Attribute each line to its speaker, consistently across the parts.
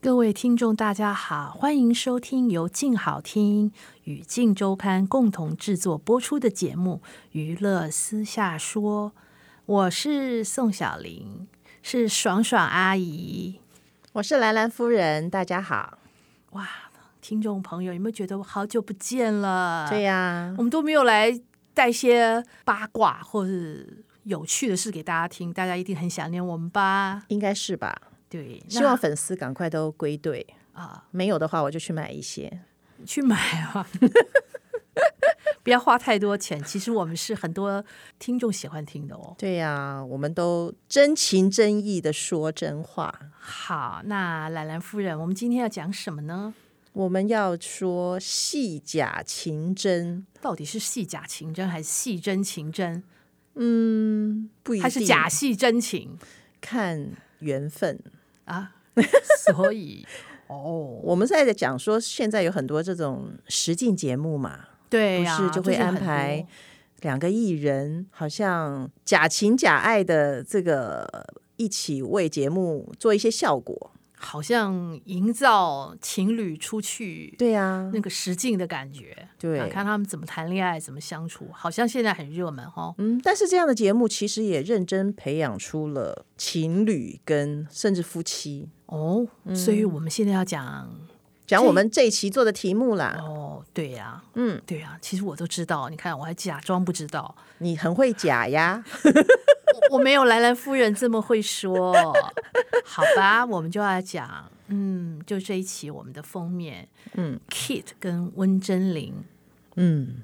Speaker 1: 各位听众，大家好，欢迎收听由静好听与静周刊共同制作播出的节目《娱乐私下说》，我是宋小玲，是爽爽阿姨。
Speaker 2: 我是兰兰夫人，大家好。
Speaker 1: 哇，听众朋友，有没有觉得我好久不见了？
Speaker 2: 对、呀、
Speaker 1: 我们都没有来带些八卦或是有趣的事给大家听，大家一定很想念我们吧？
Speaker 2: 应该是吧？
Speaker 1: 对，那
Speaker 2: 希望粉丝赶快都归队，
Speaker 1: 啊、
Speaker 2: 没有的话我就去买一些。
Speaker 1: 去买啊。 不要花太多钱，其实我们是很多听众喜欢听的哦。
Speaker 2: 对呀、我们都真情真意的说真话。
Speaker 1: 好，那兰兰夫人，我们今天要讲什么呢？
Speaker 2: 我们要说戏假情真，
Speaker 1: 到底是戏假情真还是戏真情真，
Speaker 2: 嗯，不一定
Speaker 1: 还是假戏真情
Speaker 2: 看缘分。
Speaker 1: 啊？ 所 以，哦，
Speaker 2: 我们现在在讲说，现在有很多这种实境节目嘛，
Speaker 1: 对
Speaker 2: 不
Speaker 1: 呀、
Speaker 2: 是就会
Speaker 1: 是很
Speaker 2: 安排
Speaker 1: 多
Speaker 2: 两个艺人好像假情假爱的这个一起为节目做一些效果。
Speaker 1: 好像营造情侣出去
Speaker 2: 对呀、
Speaker 1: 那个实境的感觉，
Speaker 2: 对
Speaker 1: 啊看他们怎么谈恋爱，怎么相处，好像现在很热门哦。
Speaker 2: 嗯，但是这样的节目其实也认真培养出了情侣跟甚至夫妻。
Speaker 1: 哦，所以我们现在要讲
Speaker 2: 讲
Speaker 1: 这
Speaker 2: 我们这一期做的题目啦，
Speaker 1: 哦，对呀、
Speaker 2: 嗯，
Speaker 1: 对呀、其实我都知道，你看我还假装不知道，
Speaker 2: 你很会假呀，
Speaker 1: 我我没有兰兰夫人这么会说，好吧，我们就要讲，嗯，就这一期我们的封面，
Speaker 2: 嗯
Speaker 1: ，Kit 跟温真菱
Speaker 2: 嗯，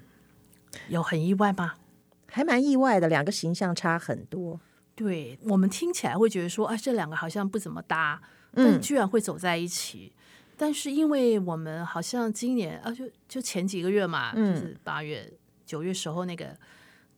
Speaker 1: 有很意外吗？
Speaker 2: 还蛮意外的，两个形象差很多。
Speaker 1: 对我们听起来会觉得说，啊，这两个好像不怎么搭，但
Speaker 2: 嗯
Speaker 1: 居然会走在一起。但是因为我们好像今年啊，就就前几个月嘛，
Speaker 2: 嗯
Speaker 1: 就是八月、九月时候那个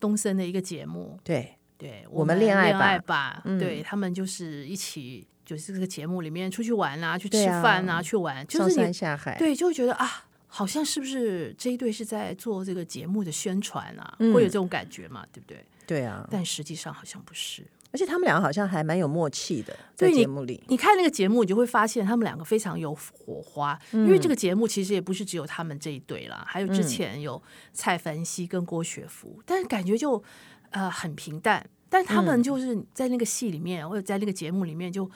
Speaker 1: 东森的一个节目，
Speaker 2: 对，
Speaker 1: 对
Speaker 2: 我们恋爱
Speaker 1: 爱
Speaker 2: 吧
Speaker 1: 吧，
Speaker 2: 嗯
Speaker 1: 对他们就是一起，就是这个节目里面出去玩啊，去吃
Speaker 2: 对啊
Speaker 1: 饭啊，去玩，就
Speaker 2: 上
Speaker 1: 是
Speaker 2: 山
Speaker 1: 你
Speaker 2: 下海，
Speaker 1: 对就会觉得啊，好像是不是这一对是在做这个节目的宣传啊，
Speaker 2: 嗯
Speaker 1: 会有这种感觉嘛，对不对？
Speaker 2: 对啊，
Speaker 1: 但实际上好像不是。
Speaker 2: 而且他们俩好像还蛮有默契的，在
Speaker 1: 对你
Speaker 2: 节目里。
Speaker 1: 你看那个节目，你就会发现他们两个非常有火花，
Speaker 2: 嗯
Speaker 1: 因为这个节目其实也不是只有他们这一对啦，还有之前有蔡凡熙跟郭雪芙，但是感觉就呃很平淡，但他
Speaker 2: 嗯
Speaker 1: 们就是在那个戏里面，或者在那个节目里面，就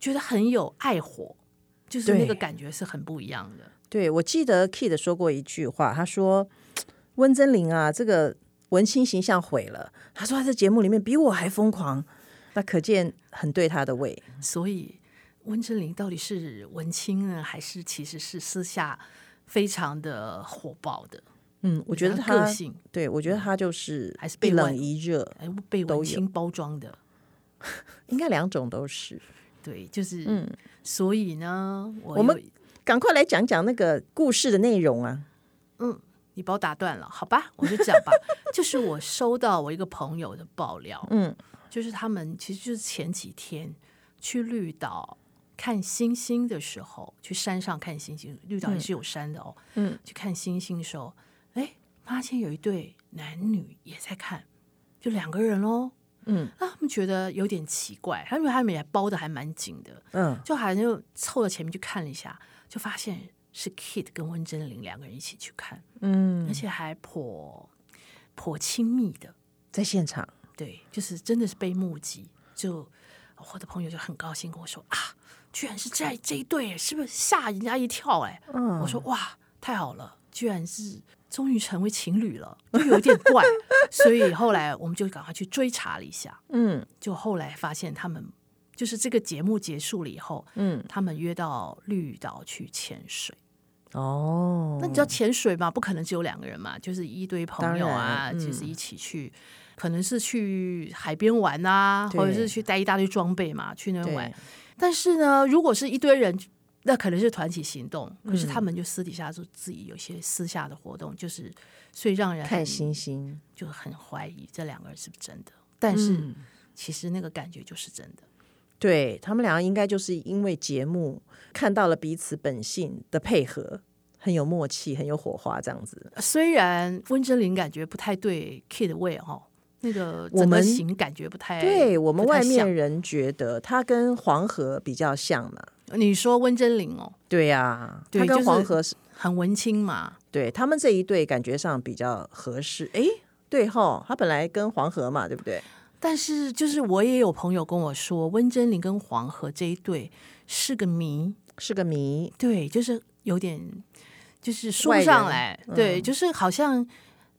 Speaker 1: 觉得很有爱火，就是
Speaker 2: 对
Speaker 1: 那个感觉是很不一样的。
Speaker 2: 对，我记得 Kid 说过一句话，他说：“温真菱啊，这个文青形象毁了。”他说他在节目里面比我还疯狂，那可见很对他的胃。
Speaker 1: 所以温真菱到底是文青呢，还是其实是私下非常的火爆的？
Speaker 2: 嗯，我觉得
Speaker 1: 个
Speaker 2: 他，
Speaker 1: 性
Speaker 2: 对我觉得他就是
Speaker 1: 还是被
Speaker 2: 一冷
Speaker 1: 温
Speaker 2: 一热，
Speaker 1: 哎被
Speaker 2: 都
Speaker 1: 文
Speaker 2: 有
Speaker 1: 青包装的。
Speaker 2: 应该两种都是。
Speaker 1: 对，就是，
Speaker 2: 嗯
Speaker 1: 所以呢，我
Speaker 2: 我们
Speaker 1: 有
Speaker 2: 赶快来讲讲那个故事的内容啊！
Speaker 1: 你把我打断了，好吧， 我就讲吧。就是我收到我一个朋友的爆料，
Speaker 2: 嗯，
Speaker 1: 就是他们其实就是前几天去绿岛看星星的时候，去山上看星星，绿岛也是有山的哦，
Speaker 2: 嗯，
Speaker 1: 去看星星的时候，哎，发现有一对男女也在看，就两个人哦。
Speaker 2: 嗯
Speaker 1: 那他们觉得有点奇怪，他们他们也包的还蛮紧的，
Speaker 2: 嗯，
Speaker 1: 就好像就凑到前面去看了一下，就发现是 Kid 跟温真菱两个人一起去看，
Speaker 2: 嗯
Speaker 1: 而，且还颇颇亲密的，
Speaker 2: 在现场，
Speaker 1: 对，就是真的是被目击。就我的朋友就很高兴跟我说啊，居然是在这一对，是不是吓人家一跳、哎，
Speaker 2: 嗯，
Speaker 1: 我说哇，太好了，居然是终于成为情侣了，就有点怪。 所以后来我们就赶快去追查了一下，
Speaker 2: 嗯
Speaker 1: 就后来发现他们就是这个节目结束了以后，
Speaker 2: 嗯，
Speaker 1: 他们约到绿岛去潜水。
Speaker 2: 哦，
Speaker 1: 那你知道潜水嘛？不可能只有两个人嘛，就是一堆朋友啊，
Speaker 2: 当然嗯
Speaker 1: 就是一起去，可能是去海边玩啊，
Speaker 2: 对
Speaker 1: 或者是去带一大堆装备嘛，去那边玩
Speaker 2: 对。
Speaker 1: 但是呢，如果是一堆人，那可能是团体行动，
Speaker 2: 嗯
Speaker 1: 可是他们就私底下就自己有些私下的活动，就是所以让人
Speaker 2: 看
Speaker 1: 很
Speaker 2: 星星，
Speaker 1: 就很怀疑这两个人是不是真的。但是
Speaker 2: 嗯
Speaker 1: 其实那个感觉就是真的。
Speaker 2: 对他们两个应该就是因为节目看到了彼此本性的配合，很有默契，很有火花，这样子。
Speaker 1: 虽然温真菱感觉不太对 Kid 味哦，那个
Speaker 2: 我
Speaker 1: 整个
Speaker 2: 们
Speaker 1: 型感觉不太
Speaker 2: 对我们
Speaker 1: 不太
Speaker 2: 外
Speaker 1: 像
Speaker 2: 面人觉得他跟黄河比较像嘛，
Speaker 1: 你说温真菱哦，
Speaker 2: 对呀、
Speaker 1: 对
Speaker 2: 他
Speaker 1: 就是
Speaker 2: 跟黄河是，
Speaker 1: 很文青嘛，
Speaker 2: 对他们这一对感觉上比较合适。哎，对哈，他本来跟黄河嘛，对不对？
Speaker 1: 但是就是我也有朋友跟我说，温真菱跟黄河这一对是个谜，
Speaker 2: 是个谜，
Speaker 1: 对，就是有点就是说
Speaker 2: 外
Speaker 1: 不上
Speaker 2: 人嗯
Speaker 1: 来，对，就是好像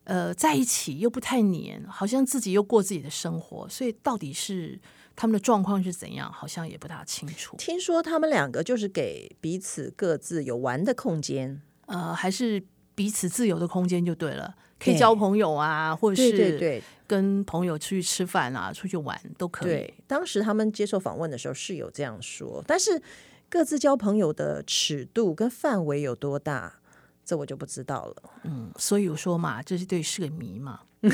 Speaker 1: 呃在一起又不太黏，好像自己又过自己的生活，所以到底是他们的状况是怎样，好像也不大清楚。
Speaker 2: 听说他们两个就是给彼此各自有玩的空间，
Speaker 1: 呃，还是彼此自由的空间就对了，可以
Speaker 2: 对
Speaker 1: 交朋友啊，或者
Speaker 2: 对对
Speaker 1: 是
Speaker 2: 对
Speaker 1: 跟朋友出去吃饭啊，出去玩都可以。
Speaker 2: 对。当时他们接受访问的时候是有这样说，但是各自交朋友的尺度跟范围有多大，这我就不知道了。
Speaker 1: 嗯，所以我说嘛，这是对是个谜嘛，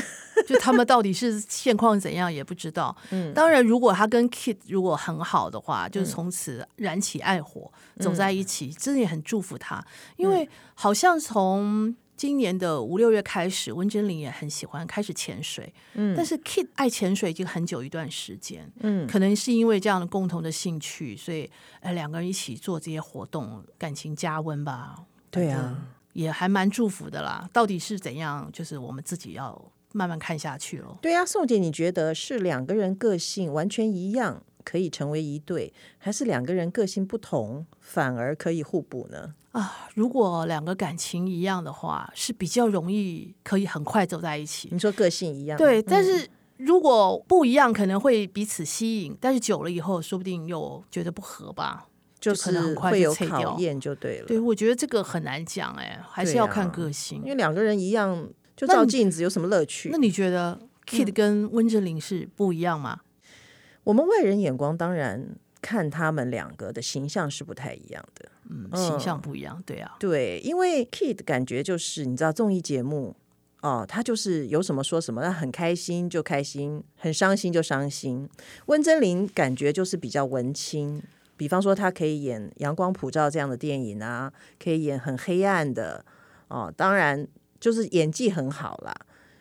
Speaker 1: 就他们到底是现况怎样也不知道。嗯，当然，如果他跟 Kid 如果很好的话，就是从此燃起爱火，走在一起，真的也很祝福他，因为好像从。今年的五六月开始，温真菱也很喜欢开始潜水。嗯，但是 Kid 爱潜水已经很久一段时间。嗯，可能是因为这样的共同的兴趣，所以呃两个人一起做这些活动，感情加温吧。
Speaker 2: 对
Speaker 1: 嗯，也还蛮祝福的啦。到底是怎样，就是我们自己要慢慢看下去咯。
Speaker 2: 对呀、宋姐，你觉得是两个人个性完全一样可以成为一对，还是两个人个性不同反而可以互补呢？
Speaker 1: 啊，如果两个感情一样的话，是比较容易可以很快走在一起。
Speaker 2: 你说个性一样，
Speaker 1: 嗯对，但是如果不一样，可能会彼此吸引，但是久了以后，说不定又觉得不合吧。
Speaker 2: 就
Speaker 1: 就可能
Speaker 2: 是
Speaker 1: 很快
Speaker 2: 会
Speaker 1: 就
Speaker 2: 有
Speaker 1: 碎掉
Speaker 2: 考验就对了。
Speaker 1: 对，我觉得这个很难讲哎、还是
Speaker 2: 对
Speaker 1: 要
Speaker 2: 啊
Speaker 1: 看个性。
Speaker 2: 因为两个人一样就
Speaker 1: 那
Speaker 2: 照
Speaker 1: 你
Speaker 2: 镜子，有什么乐趣
Speaker 1: 那？你觉得 Kid 跟温振菱是不一样吗？
Speaker 2: 我们外人眼光当然看他们两个的形象是不太一样的。
Speaker 1: 嗯，形象不一样，对啊。
Speaker 2: 对，因为 Kid 感觉就是你知道综艺节目哦，他就是有什么说什么，那很开心就开心，很伤心就伤心。温真菱感觉就是比较文青，比方说她可以演《阳光普照》这样的电影啊，可以演很黑暗的哦，当然就是演技很好啦。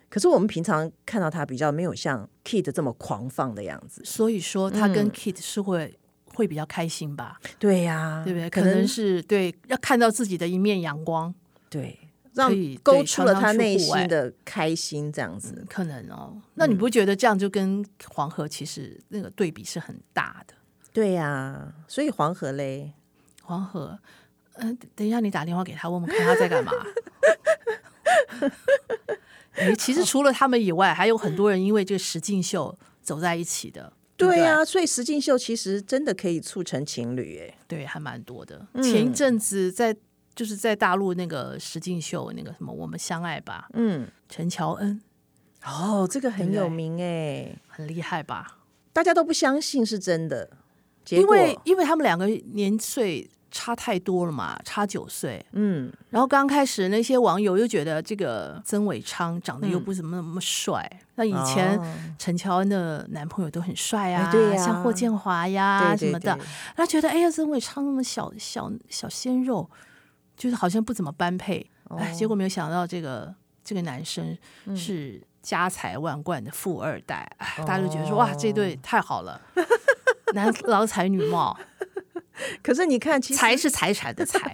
Speaker 2: 可是我们平常看到她比较没有像 Kid 这么狂放的样子，
Speaker 1: 所以说，他跟 Kid 是会、会比较开心吧？
Speaker 2: 对呀、
Speaker 1: 对不对？
Speaker 2: 可
Speaker 1: 可能是对要看到自己的一面阳光，
Speaker 2: 对，让
Speaker 1: 可以
Speaker 2: 勾
Speaker 1: 对
Speaker 2: 出
Speaker 1: 常
Speaker 2: 了
Speaker 1: 常
Speaker 2: 他
Speaker 1: 去
Speaker 2: 内
Speaker 1: 户外
Speaker 2: 心的开心这样子。
Speaker 1: 可能哦。那
Speaker 2: 嗯
Speaker 1: 你不觉得这样就跟黄河其实那个对比是很大的？
Speaker 2: 对呀、所以黄河嘞，
Speaker 1: 黄河，嗯、等一下你打电话给他，问问看他在 干嘛。诶其实除了他们以外，还有很多人因为这个石敬秀走在一起的。对不
Speaker 2: 对啊
Speaker 1: 对啊
Speaker 2: 呀、所以石敬秀其实真的可以促成情侣哎，
Speaker 1: 对，还蛮多的。
Speaker 2: 嗯
Speaker 1: 前一阵子在就是在大陆那个石敬秀那个什么《我们相爱吧》，
Speaker 2: 嗯，
Speaker 1: 陈乔恩
Speaker 2: 哦，这个
Speaker 1: 对
Speaker 2: 很
Speaker 1: 不对
Speaker 2: 有名哎，
Speaker 1: 很厉害吧？
Speaker 2: 大家都不相信是真的，结
Speaker 1: 因
Speaker 2: 果
Speaker 1: 为因为他们两个年岁差太多了嘛，差九岁。
Speaker 2: 嗯，
Speaker 1: 然后刚开始那些网友又觉得这个曾伟昌长得又不怎么那么帅，那以前
Speaker 2: 嗯哦
Speaker 1: 陈乔恩的男朋友都很帅啊，
Speaker 2: 哎对呀
Speaker 1: 像霍建华呀
Speaker 2: 对对
Speaker 1: 啊什么的
Speaker 2: 对，
Speaker 1: 他觉得哎呀曾伟昌那么小小小鲜肉，就是好像不怎么般配。哎，结
Speaker 2: 哦
Speaker 1: 果没有想到这个这个男生
Speaker 2: 嗯
Speaker 1: 是家财万贯的富二代，哎，大家都觉得说、哇这
Speaker 2: 哦
Speaker 1: 对太好了， 男郎才女貌。
Speaker 2: 可是你看，其实
Speaker 1: 财是财产的财，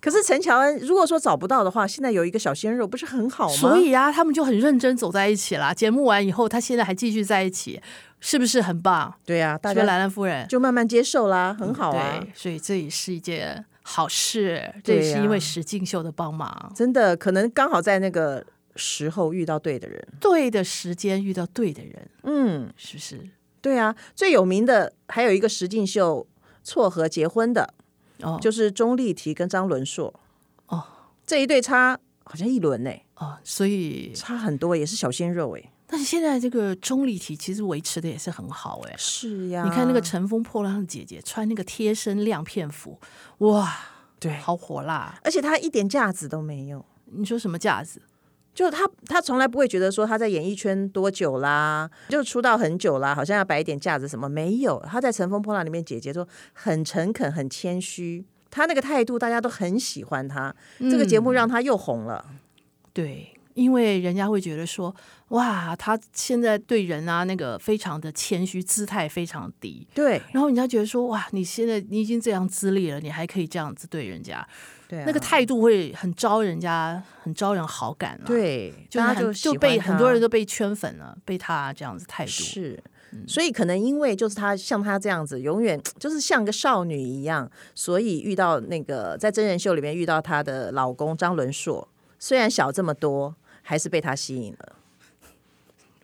Speaker 2: 可是陈乔恩如果说找不到的话，现在有一个小鲜肉不是很好吗？
Speaker 1: 所以啊，他们就很认真走在一起啦。节目完以后，他现在还继续在一起，是不是很棒？
Speaker 2: 对呀、大
Speaker 1: 说
Speaker 2: 家
Speaker 1: 兰兰夫人，
Speaker 2: 就慢慢接受啦，很好啊。
Speaker 1: 嗯对，所以这也是一件好事，这
Speaker 2: 对呀
Speaker 1: 也是因为石敬秀的帮忙，
Speaker 2: 真的，可能刚好在那个时候遇到对的人。
Speaker 1: 对的时间遇到对的人，
Speaker 2: 嗯，
Speaker 1: 是不是？
Speaker 2: 对啊，最有名的还有一个石敬秀撮合结婚的，
Speaker 1: 哦，
Speaker 2: 就是钟丽缇跟张伦硕。
Speaker 1: 哦，
Speaker 2: 这一对差好像一轮呢、
Speaker 1: 哦，所以，
Speaker 2: 差很多，也是小鲜肉哎、
Speaker 1: 但是现在这个钟丽缇其实维持的也是很好哎、
Speaker 2: 是啊呀
Speaker 1: 你看那个乘风破浪的姐姐穿那个贴身亮片服，哇，
Speaker 2: 对，
Speaker 1: 好火辣！
Speaker 2: 而且他一点架子都没有。
Speaker 1: 你说什么架子？
Speaker 2: 就他，他从来不会觉得说他在演艺圈多久啦，就出道很久啦，好像要摆一点架子什么没有。他在《乘风破浪》里面，姐姐说很诚恳、很谦虚，他那个态度大家都很喜欢他。这个节目让他又红了，
Speaker 1: 对，因为人家会觉得说，哇，他现在对人啊那个非常的谦虚，姿态非常低，
Speaker 2: 对
Speaker 1: 然后人家觉得说，哇，你现在你已经这样资历了，你还可以这样子对人家，
Speaker 2: 对啊、
Speaker 1: 那个态度会很招人家，很招人好感了、，啊
Speaker 2: 对，
Speaker 1: 就
Speaker 2: 大
Speaker 1: 是
Speaker 2: 家
Speaker 1: 很
Speaker 2: 喜
Speaker 1: 就
Speaker 2: 欢
Speaker 1: 被很多
Speaker 2: 他
Speaker 1: 人都被圈粉了，被他这样子态度。
Speaker 2: 是。所以可能因为就是他像他这样子，永远就是像个少女一样，所以遇到那个在真人秀里面遇到她的老公张伦硕，虽然小这么多，还是被他吸引了。。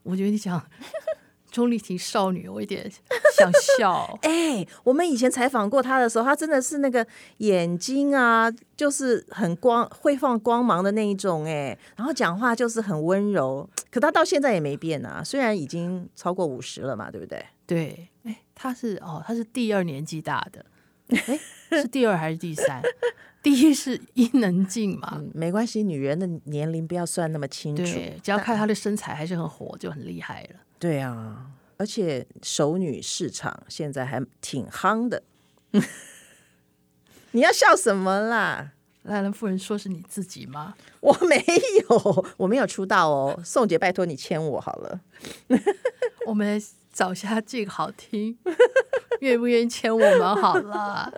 Speaker 1: 我觉得你讲 钟丽缇少女，我有点想笑
Speaker 2: 哎、我们以前采访过她的时候，她真的是那个眼睛啊，就是很光会放光芒的那一种哎、然后讲话就是很温柔，可她到现在也没变啊，虽然已经超过五十了嘛，对不对？
Speaker 1: 对，哎，她是哦，她是第二年纪大的，哎，是第二还是第三？ 第一是伊能静嘛，
Speaker 2: 嗯，没关系，女人的年龄不要算那么清楚。
Speaker 1: 对，只要看她的身材还是很火，就很厉害了。
Speaker 2: 对啊，而且熟女市场现在还挺 夯的。你要笑什么啦？
Speaker 1: 赖兰夫人说是你自己吗？
Speaker 2: 我没有，我没有出道哦。宋姐，拜托你签我好了。
Speaker 1: 我们找下这个好听， 愿不愿意签我们好了？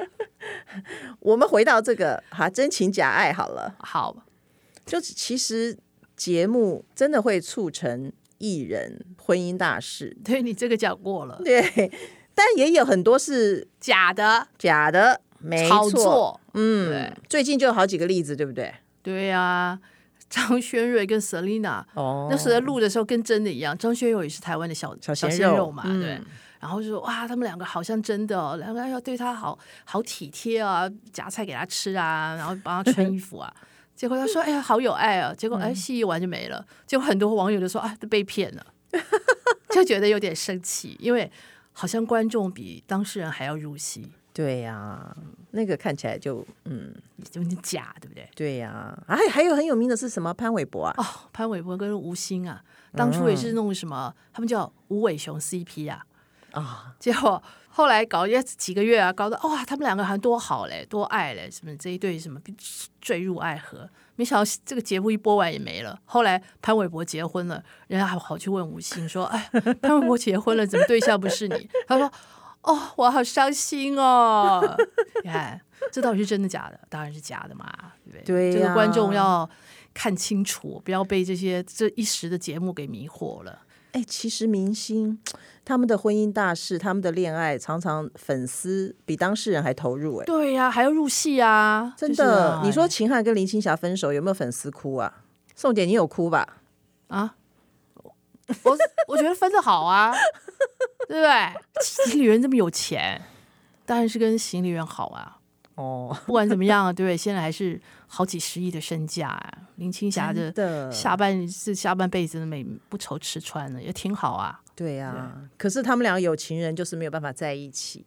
Speaker 2: 我们回到这个哈、真情假爱好了，
Speaker 1: 好，
Speaker 2: 就其实节目真的会促成艺人婚姻大事，
Speaker 1: 对你这个讲过了，
Speaker 2: 对，但也有很多是
Speaker 1: 假的
Speaker 2: 假的，没
Speaker 1: 炒
Speaker 2: 错。
Speaker 1: 作，
Speaker 2: 嗯
Speaker 1: 对，
Speaker 2: 最近就有好几个例子，对不对？
Speaker 1: 对呀、张轩瑞跟 Selina
Speaker 2: 哦
Speaker 1: 那时候在录的时候跟真的一样，张学友也是台湾的小
Speaker 2: 小
Speaker 1: 鲜
Speaker 2: 鲜肉
Speaker 1: 嘛，
Speaker 2: 嗯
Speaker 1: 对。然后就说哇，他们两个好像真的、哦，两个人要对他好好体贴啊，夹菜给他吃啊，然后帮他穿衣服啊。 结果他说哎呀好有爱啊，
Speaker 2: 嗯
Speaker 1: 结果哎戏一完就没了。结果很多网友就说啊被骗了， 就觉得有点生气，因为好像观众比当事人还要入戏，
Speaker 2: 对呀、那个看起来就嗯，
Speaker 1: 有点假，对不对？
Speaker 2: 对呀、哎，还有很有名的是什么？潘玮柏啊，嗯
Speaker 1: 哦，潘玮柏跟吴昕啊，当初也是弄什么，他们叫吴伟雄 CP 啊。
Speaker 2: 啊、
Speaker 1: 结果后来搞了几个月啊，搞得哇，他们两个还多好嘞，多爱嘞，什么这一对什么坠入爱河。没想到这个节目一播完也没了。后来潘玮柏结婚了，人家还跑去问吴昕说：“哎，潘玮柏结婚了，怎么对象不是你？”他说：“哦，我好伤心哦。” 你看，这到底是真的假的？当然是假的嘛，对不对？
Speaker 2: 对呀
Speaker 1: 这个观众要看清楚，不要被这些这一时的节目给迷惑了。
Speaker 2: 哎，其实明星他们的婚姻大事，他们的恋爱，常常粉丝比当事人还投入、哎，
Speaker 1: 对呀、还要入戏啊！
Speaker 2: 真
Speaker 1: 就是
Speaker 2: 的
Speaker 1: 啊，
Speaker 2: 你说秦汉跟林青霞分手，有没有粉丝哭啊？宋姐，你有哭吧？
Speaker 1: 啊，我我觉得分的好啊，对不对？行李员这么有钱，当然是跟行李员好啊。
Speaker 2: 哦，
Speaker 1: 不管怎么样啊，对不对？现在还是好几十亿的身价、啊，林青霞
Speaker 2: 真
Speaker 1: 的
Speaker 2: 的，
Speaker 1: 下半是下半辈子都没不愁吃穿了，也挺好啊。
Speaker 2: 对呀、可是他们两个有情人，就是没有办法在一起。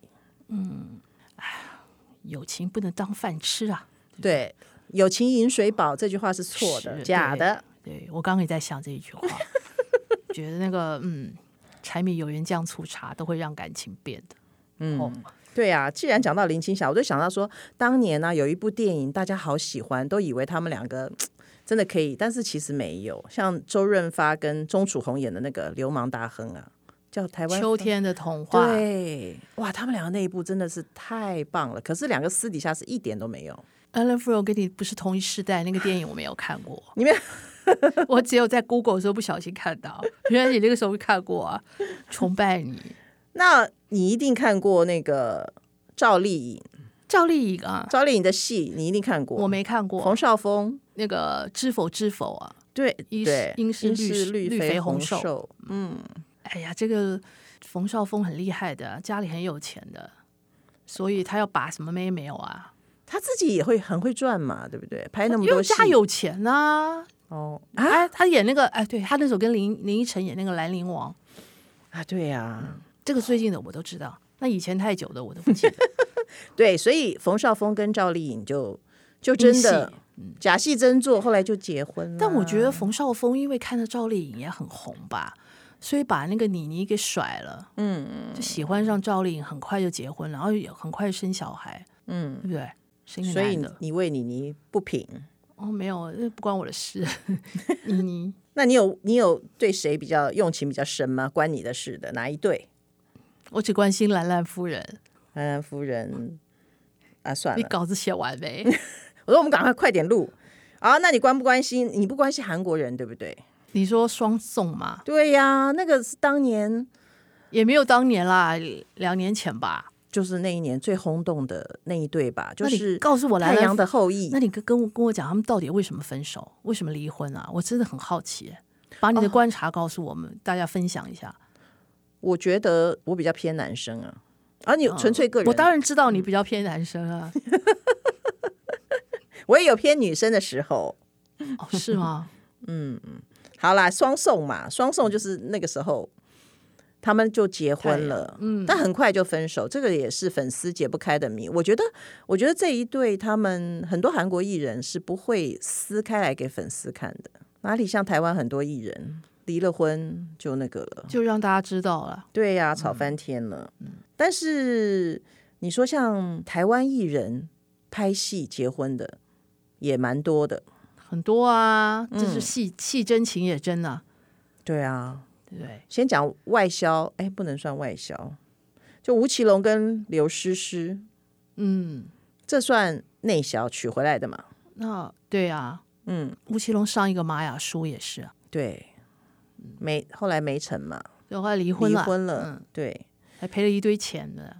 Speaker 1: 友情不能当饭吃啊。
Speaker 2: 对，友情饮水饱这句话是错的，
Speaker 1: 是
Speaker 2: 假的。
Speaker 1: 对我刚刚也在想这一 句话，觉得那个嗯，柴米油盐酱醋茶都会让感情变的。嗯、哦，
Speaker 2: 对啊，既然讲到林青霞，我就想到说，当年啊呢、有一部电影大家好喜欢，都以为他们两个真的可以，但是其实没有。像周润发跟钟楚红演的那个《流氓大亨》啊，叫台湾
Speaker 1: 秋。天的童话，
Speaker 2: 对，哇，他们两个那一部真的是太棒了。可是两个私底下是一点都没有。
Speaker 1: a l a n f r o 跟你不是同一世代，那个电影我没有看 过，
Speaker 2: 你们
Speaker 1: 我只有在 Google 的时候不小心看到。原来你那个时候看过啊，崇拜你，
Speaker 2: 那你一定看过那个赵丽颖，
Speaker 1: 赵丽颖啊，
Speaker 2: 赵丽颖的戏你一定看过。
Speaker 1: 我没看过
Speaker 2: 冯绍峰，
Speaker 1: 那个知否知否啊。
Speaker 2: 对
Speaker 1: 英
Speaker 2: 对，
Speaker 1: 英式绿
Speaker 2: 式绿
Speaker 1: 绿
Speaker 2: 肥
Speaker 1: 肥红瘦
Speaker 2: 瘦，
Speaker 1: 哎呀，这个冯绍峰很厉害的，家里很有钱的，所以他要把什么妹没有啊？
Speaker 2: 他自己也会很会赚嘛，对不对？拍那么
Speaker 1: 因
Speaker 2: 多
Speaker 1: 为
Speaker 2: 戏
Speaker 1: 家有钱啊。
Speaker 2: 哦
Speaker 1: 哎，他演那个哎，对他那时候跟林林依晨演那个《兰陵王》，
Speaker 2: 啊，对呀、
Speaker 1: 这个最近的我都知道，那以前太久的我都不记得。
Speaker 2: 对，所以冯绍峰跟赵丽颖就就真的嗯
Speaker 1: 因戏
Speaker 2: 假戏真做，后来就结婚了。
Speaker 1: 但我
Speaker 2: 嗯
Speaker 1: 觉得冯绍峰因为看到赵丽颖也很红吧，所以把那个倪妮给甩了，嗯，就喜欢上赵丽颖，很快就结婚，然后也很快生小孩，嗯，对不对？生一个
Speaker 2: 所以
Speaker 1: 男
Speaker 2: 你
Speaker 1: 的，
Speaker 2: 你为你你不平，
Speaker 1: 哦，没有，那不关我的事。你
Speaker 2: 那你有你有对谁比较用情比较深吗？关你的事的哪一对？
Speaker 1: 我只关心兰兰夫人，
Speaker 2: 安安夫人啊，算
Speaker 1: 你
Speaker 2: 了，
Speaker 1: 稿子写完没？
Speaker 2: 我说我们赶快快点录啊！那你关不关心？你不关心韩国人对不对？
Speaker 1: 你说双宋嘛，
Speaker 2: 对呀、那个是当年
Speaker 1: 也没有当年啦，两年前吧。
Speaker 2: 就是那一年最轰动的那一对吧，就
Speaker 1: 那你
Speaker 2: 是
Speaker 1: 告诉我
Speaker 2: 太
Speaker 1: 兰
Speaker 2: 阳
Speaker 1: 兰
Speaker 2: 的后裔
Speaker 1: 那。你跟跟我跟我讲，他们到底为什么分手，为什么离婚啊？我真的很好奇，把你的观察告诉我们，大家分享一
Speaker 2: 哦
Speaker 1: 下。
Speaker 2: 我觉得我比较偏男生啊，而、你纯粹个
Speaker 1: 哦
Speaker 2: 人，嗯
Speaker 1: 我当然知道你比较偏男生 啊，
Speaker 2: 我也有偏女生的时候。
Speaker 1: 哦，是吗？
Speaker 2: 好啦，双宋嘛，双宋就是那个时候他们就结婚了，嗯，但很快就分手，这个也是粉丝解不开的谜。我觉得，我觉得这一对他们很多韩国艺人是不会撕开来给粉丝看的，哪里像台湾很多艺人离了婚就那个了，
Speaker 1: 就让大家知道了。
Speaker 2: 对呀、
Speaker 1: 嗯
Speaker 2: 吵翻天了。但是你说像台湾艺人拍戏结婚的也蛮多的，
Speaker 1: 很多啊，
Speaker 2: 嗯
Speaker 1: 这是戏戏真情也真呐、
Speaker 2: 对啊，
Speaker 1: 对不对？
Speaker 2: 先讲外销，哎，不能算外销，就吴奇隆跟刘诗诗，
Speaker 1: 嗯，
Speaker 2: 这算内销娶回来的嘛？
Speaker 1: 那对啊，
Speaker 2: 嗯，
Speaker 1: 吴奇隆上一个玛雅书也是啊，
Speaker 2: 对，没后来没成嘛，
Speaker 1: 然后还离婚
Speaker 2: 离
Speaker 1: 了，
Speaker 2: 婚了，
Speaker 1: 嗯，
Speaker 2: 对，
Speaker 1: 还赔了一堆钱呢，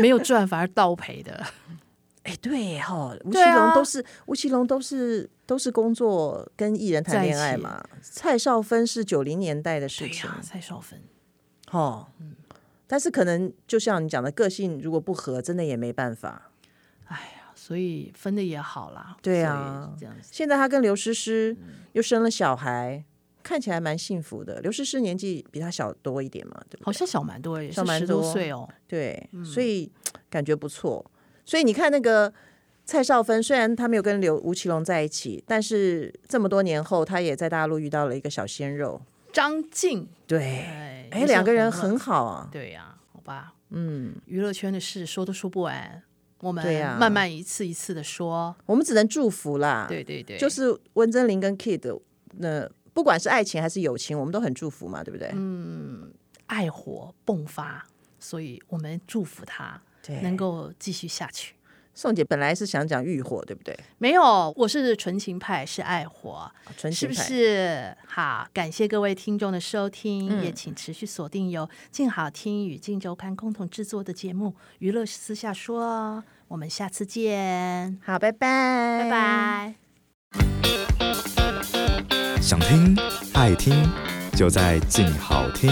Speaker 1: 没有赚反而倒赔的。
Speaker 2: 哎，对哈、吴奇
Speaker 1: 对啊
Speaker 2: 隆都是、吴奇隆都是都是工作跟艺人谈
Speaker 1: 在一
Speaker 2: 恋爱
Speaker 1: 起
Speaker 2: 嘛，蔡少芬是九零年代的事
Speaker 1: 对
Speaker 2: 情
Speaker 1: 呀、，蔡少芬，
Speaker 2: 哦，但是可能就像你讲的，个性如果不合，真的也没办法。
Speaker 1: 哎呀，所以分的也好啦。
Speaker 2: 对啊
Speaker 1: 所以这样子。
Speaker 2: 现在他跟刘诗诗又生了小孩，看起来蛮幸福的。刘诗诗年纪比他小多一点嘛，对不
Speaker 1: 好像小蛮多耶，也
Speaker 2: 小
Speaker 1: 是
Speaker 2: 蛮
Speaker 1: 十
Speaker 2: 多
Speaker 1: 多岁哦。
Speaker 2: 对？所以感觉不错。所以你看那个蔡少芬，虽然她没有跟刘吴奇隆在一起，但是这么多年后，她也在大陆遇到了一个小鲜肉。
Speaker 1: 张晋，
Speaker 2: 对，
Speaker 1: 哎，
Speaker 2: 哎，
Speaker 1: 也是
Speaker 2: 两个人
Speaker 1: 红
Speaker 2: 很
Speaker 1: 了
Speaker 2: 好啊。
Speaker 1: 对呀、好吧，
Speaker 2: 嗯，
Speaker 1: 娱乐圈的事说都说不完，我们
Speaker 2: 对呀
Speaker 1: 慢慢一次一次的说。
Speaker 2: 我们只能祝福啦。
Speaker 1: 对对对，
Speaker 2: 就是温真菱跟 Kid，那、不管是爱情还是友情，我们都很祝福嘛，对不对？嗯，
Speaker 1: 爱火迸发，所以我们祝福他
Speaker 2: 对
Speaker 1: 能够继续下去。
Speaker 2: 宋姐本来是想讲欲火，对不对？
Speaker 1: 没有，我是纯情派，是爱火，
Speaker 2: 纯
Speaker 1: 是
Speaker 2: 情
Speaker 1: 不
Speaker 2: 派
Speaker 1: 是？好，感谢各位听众的收听，
Speaker 2: 嗯
Speaker 1: 也请持续锁定由静好听与静周刊共同制作的节目《娱乐私下说》哦，我们下次见，
Speaker 2: 好，拜拜，
Speaker 1: 拜拜。
Speaker 3: 想听爱听，就在静好听。